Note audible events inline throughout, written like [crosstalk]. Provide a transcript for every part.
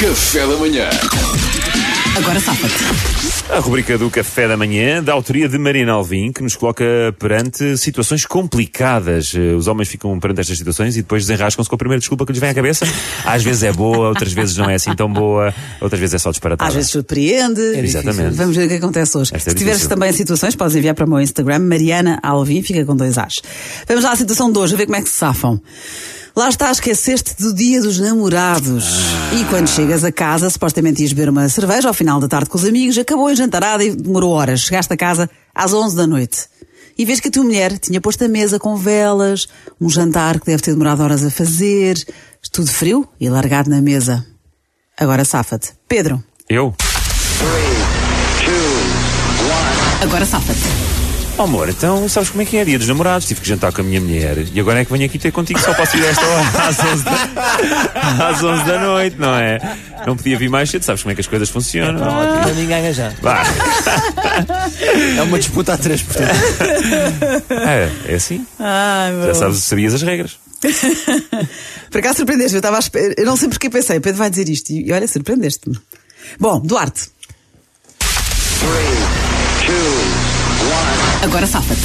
Café da manhã. Agora safa-te. A rubrica do Café da Manhã, da autoria de Marina Alvim, que nos coloca perante situações complicadas. Eh, Os homens ficam perante estas situações e depois desenrascam-se com a primeira desculpa que lhes vem à cabeça. Às vezes é boa, outras vezes não é assim tão boa, outras vezes é só disparatada. Às vezes surpreende. Exatamente. Vamos ver o que acontece hoje. Esta é Se tiveres difícil. também situações, podes enviar para o meu Instagram, Mariana Alvim, fica com dois As. Vamos lá à situação de hoje, a ver como é que se safam. Lá está, esqueceste do dia dos namorados. E quando chegas a casa, supostamente ias beber uma cerveja ao final da tarde com os amigos, acabou a jantarada e demorou horas. Chegaste a casa às 11 da noite. E vês que a tua mulher tinha posto a mesa com velas, um jantar que deve ter demorado horas a fazer, tudo frio e largado na mesa. Agora safa-te. Pedro, Eu? agora safa-te. Oh, amor, então sabes como é que é? Dia dos namorados, tive que jantar com a minha mulher e agora é que venho aqui ter contigo, só posso ir a esta hora [laughs] às 11 da, às 11 da noite, não é? Não podia vir mais cedo, sabes como é que as coisas funcionam? Ótimo, ninguém ganha já. Vá. Ah. É uma disputa a três, portanto. É, é assim. Ai, meu Já sabes, sabias as regras. [laughs] Por acaso surpreendeste-me, eu estava a esper- Eu não sei porque pensei, Pedro vai dizer isto. E olha, surpreendeste-me. Bom, Duarte. Agora safa-te.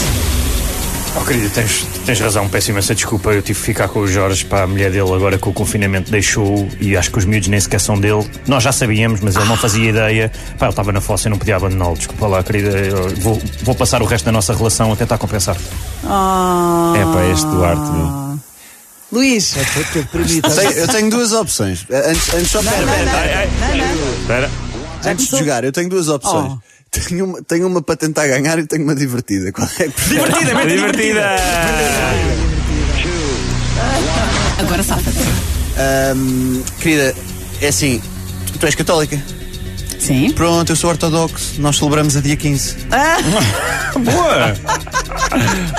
Oh, querida, tens, tens razão, peço imensa desculpa. Eu tive que ficar com o Jorge para a mulher dele agora que o confinamento deixou e acho que os miúdos nem sequer são dele. Nós já sabíamos, mas ele não fazia ideia. Pá, ele estava na fossa e não podia abandoná-lo. Desculpa lá, querida. eu vou, vou passar o resto da nossa relação a tentar compensar. Ah. É pá, este Duarte, meu. É Luís. Permita. Tenho- eu tenho duas opções. Eh, Antes, antes só pera, pera, Ai, ai, Espera. antes de jogar, eu tenho duas opções. Oh. Tenho, uma, tenho uma para tentar ganhar e tenho uma divertida. Qual é que prefere? Divertida, divertida. Agora safa-te. Ahm, querida, é assim, tu, tu és católica. Sim. Pronto, eu sou ortodoxo. Nós celebramos a dia 15. Boa!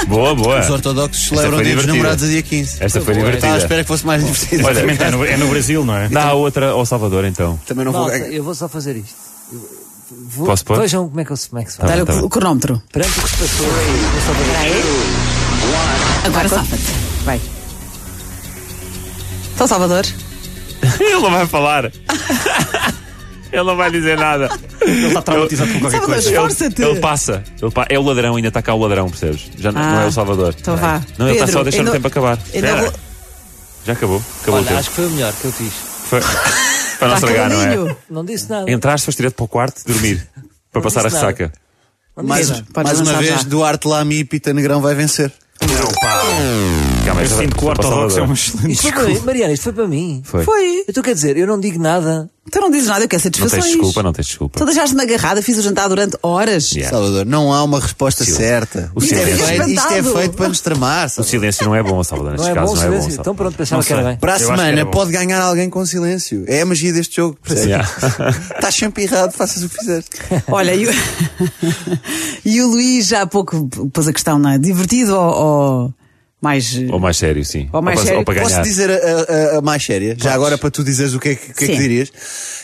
boa, Os boa. ortodoxos Ah. celebram foi o dia dos divertida. namorados a dia 15. Esta foi Estava à divertida. espera que fosse mais divertida. Olha, Também é, no, é no Brasil, não é? Dá a outra ao Salvador, então. Também não vou Malta, ganhar. eu vou só fazer isto. Eu vou- Posso pôr? Vejam como é que eu se como é que se faz. Olha tá o, bem. o cronómetro. Perante o que se passou, eu vou só fazer isto. Agora safa-te. Vai. Então, Salvador. [laughs] Ele não vai [laughs] falar. Ele não vai dizer nada. Ele está traumatizado com qualquer Sabe, coisa. esforça-te. Ele passa. Ele pa- É o ladrão, ainda está cá o ladrão, percebes? Já n- Ah, não é o Salvador. então vá. Não, ele está Pedro, só a deixar ainda- o tempo acabar. ainda Espera. vou- Já acabou. Acabou o Olha, tempo. acho que foi o melhor que Tá eu fiz. [laughs] Foi... Para não Está estragar, não é? caladinho. Não disse nada. Entraste, foste direto para o quarto, dormir. Para passar a disse nada. ressaca. Não Mais, disse Pedro, nada. podes mais uma lançar vez, já. Duarte Lamy e Pita Negrão vai vencer. Calma, Eu já- sinto que o só para ortodoxo é Salvador. um excelente Isto foi, desculpa. Mariana, isto foi para mim. Foi. Foi. Eu estou a dizer, eu não digo nada. Tu não dizes nada, eu quero Não satisfações. tens desculpa, não tens desculpa. Tu deixaste-me agarrada, fiz o jantar durante horas. Yeah. Salvador, não há uma resposta certa. O isto, é silêncio. feito, isto é Espantado. feito para nos tramar. O Salvador. silêncio não é bom, Salvador, Não nestes é bom casos. Não é bom, silêncio. Salvador. Então pronto, pensava que era bem. Para a Eu acho que semana era bom. pode ganhar alguém com silêncio. É a magia deste jogo. percebes? Yeah. [laughs] Estás sempre errado, faças o que fizeres. Olha, [laughs] e o... e o Luís já há pouco pôs a questão, não é? Divertido ou, ou mais. Ou mais sério, sim. Ou mais para- sério. para Posso ganhar. dizer a, a- a mais séria? Já agora para tu dizeres o que é que, o que é que Sim. dirias.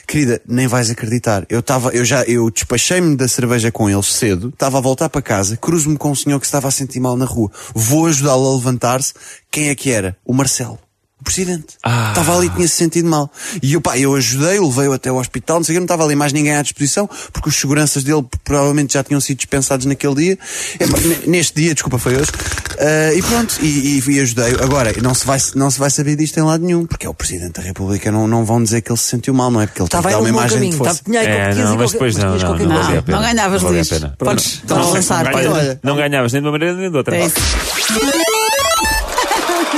Querida, nem vais acreditar. Eu estava, eu já, eu despachei-me da cerveja com ele cedo, estava a voltar para casa, cruzo-me com um senhor que se estava a sentir mal na rua. Vou ajudá-lo a levantar-se. Quem é que era? O Marcelo. O presidente. Ah. Estava ali, tinha-se sentido mal. E eu, pá, eu ajudei, levei-o até ao hospital, não sei o quê, não estava ali mais ninguém à disposição, porque os seguranças dele provavelmente já tinham sido dispensados naquele dia. É, pá, n- neste dia, desculpa, foi hoje. Ah, e pronto, e, e, e ajudei-o. Agora, não se, vai, não se vai saber disto em lado nenhum, porque é o Presidente da República, não, não vão dizer que ele se sentiu mal, não é? Porque ele Estava estava a aí dar uma no bom imagem de caminho. força. Estava- tinha aí É, qualquer- não, tinha mas qualquer- depois mas não, tinhas não, qualquer não coisa. valia a Não, pena. não ganhavas, Não valia a Luís. pena. Podes Não, então não sei se lançar, não Pedro. ganho. Olha, Não ganhavas nem de uma maneira nem de outra. É isso.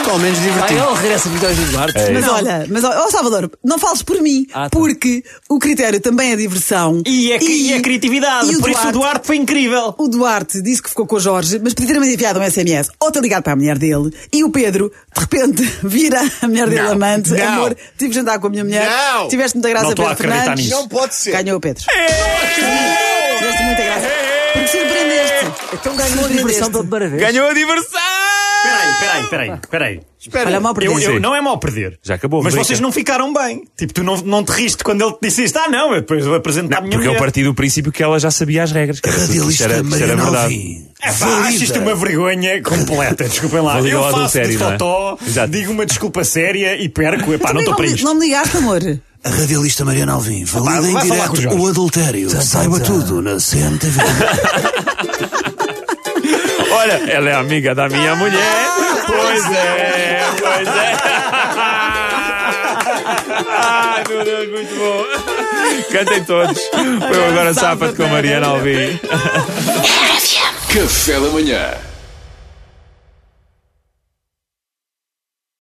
pelo menos Ai, divertido. ele regressa muito aos Eduardo. É Mas olha, mas ó ó, Salvador, não fales por mim, Ah, tá. porque o critério também é diversão. e a criatividade. e o Por isso o Duarte- Duarte foi incrível. O Duarte disse que ficou com o Jorge, mas podia ter enviado um SMS ou ter ligado para a mulher dele. E o Pedro, de repente, [laughs] vira a mulher dele Não, amante. não. Amor, tive de jantar com a minha mulher. Não. Tiveste muita graça, Não É. estou a Pedro acreditar Fernandes. nisso. Não pode ser. Ganhou o Pedro. Tiveste muita graça. É. Porque surpreendeste. Então Ganhou a diversão pela primeira vez. Ganhou a diversão! Peraí, peraí, peraí, peraí. Espera. Olha, mal eu, perdido. eu- Sim. não é mau perder. Já acabou a Mas rubrica. vocês não ficaram bem. Tipo, tu não, não te riste quando ele te disse isto. Ah, não, eu depois vou apresentar a minha Porque eu mulher. parti do princípio que ela já sabia as regras. Que era tudo- isto era, isto era verdade. É pá, acho isto uma vergonha completa. Desculpem lá. Valeu Eu ao faço de adultério, não é? fotó, Exato. digo uma desculpa séria e perco. Epá, não estou para me, isto. não me ligaste, amor. A radialista Mariana Alvim valida em vai falar com o direto Jorge. o adultério. Saiba tudo na CMTV. Olha, ela é amiga da minha Ah! mulher. Pois é, pois [laughs] é. Ai, meu Deus, muito bom. Cantem todos. Foi o agora Sábado com a Mariana Alvim. Café da Manhã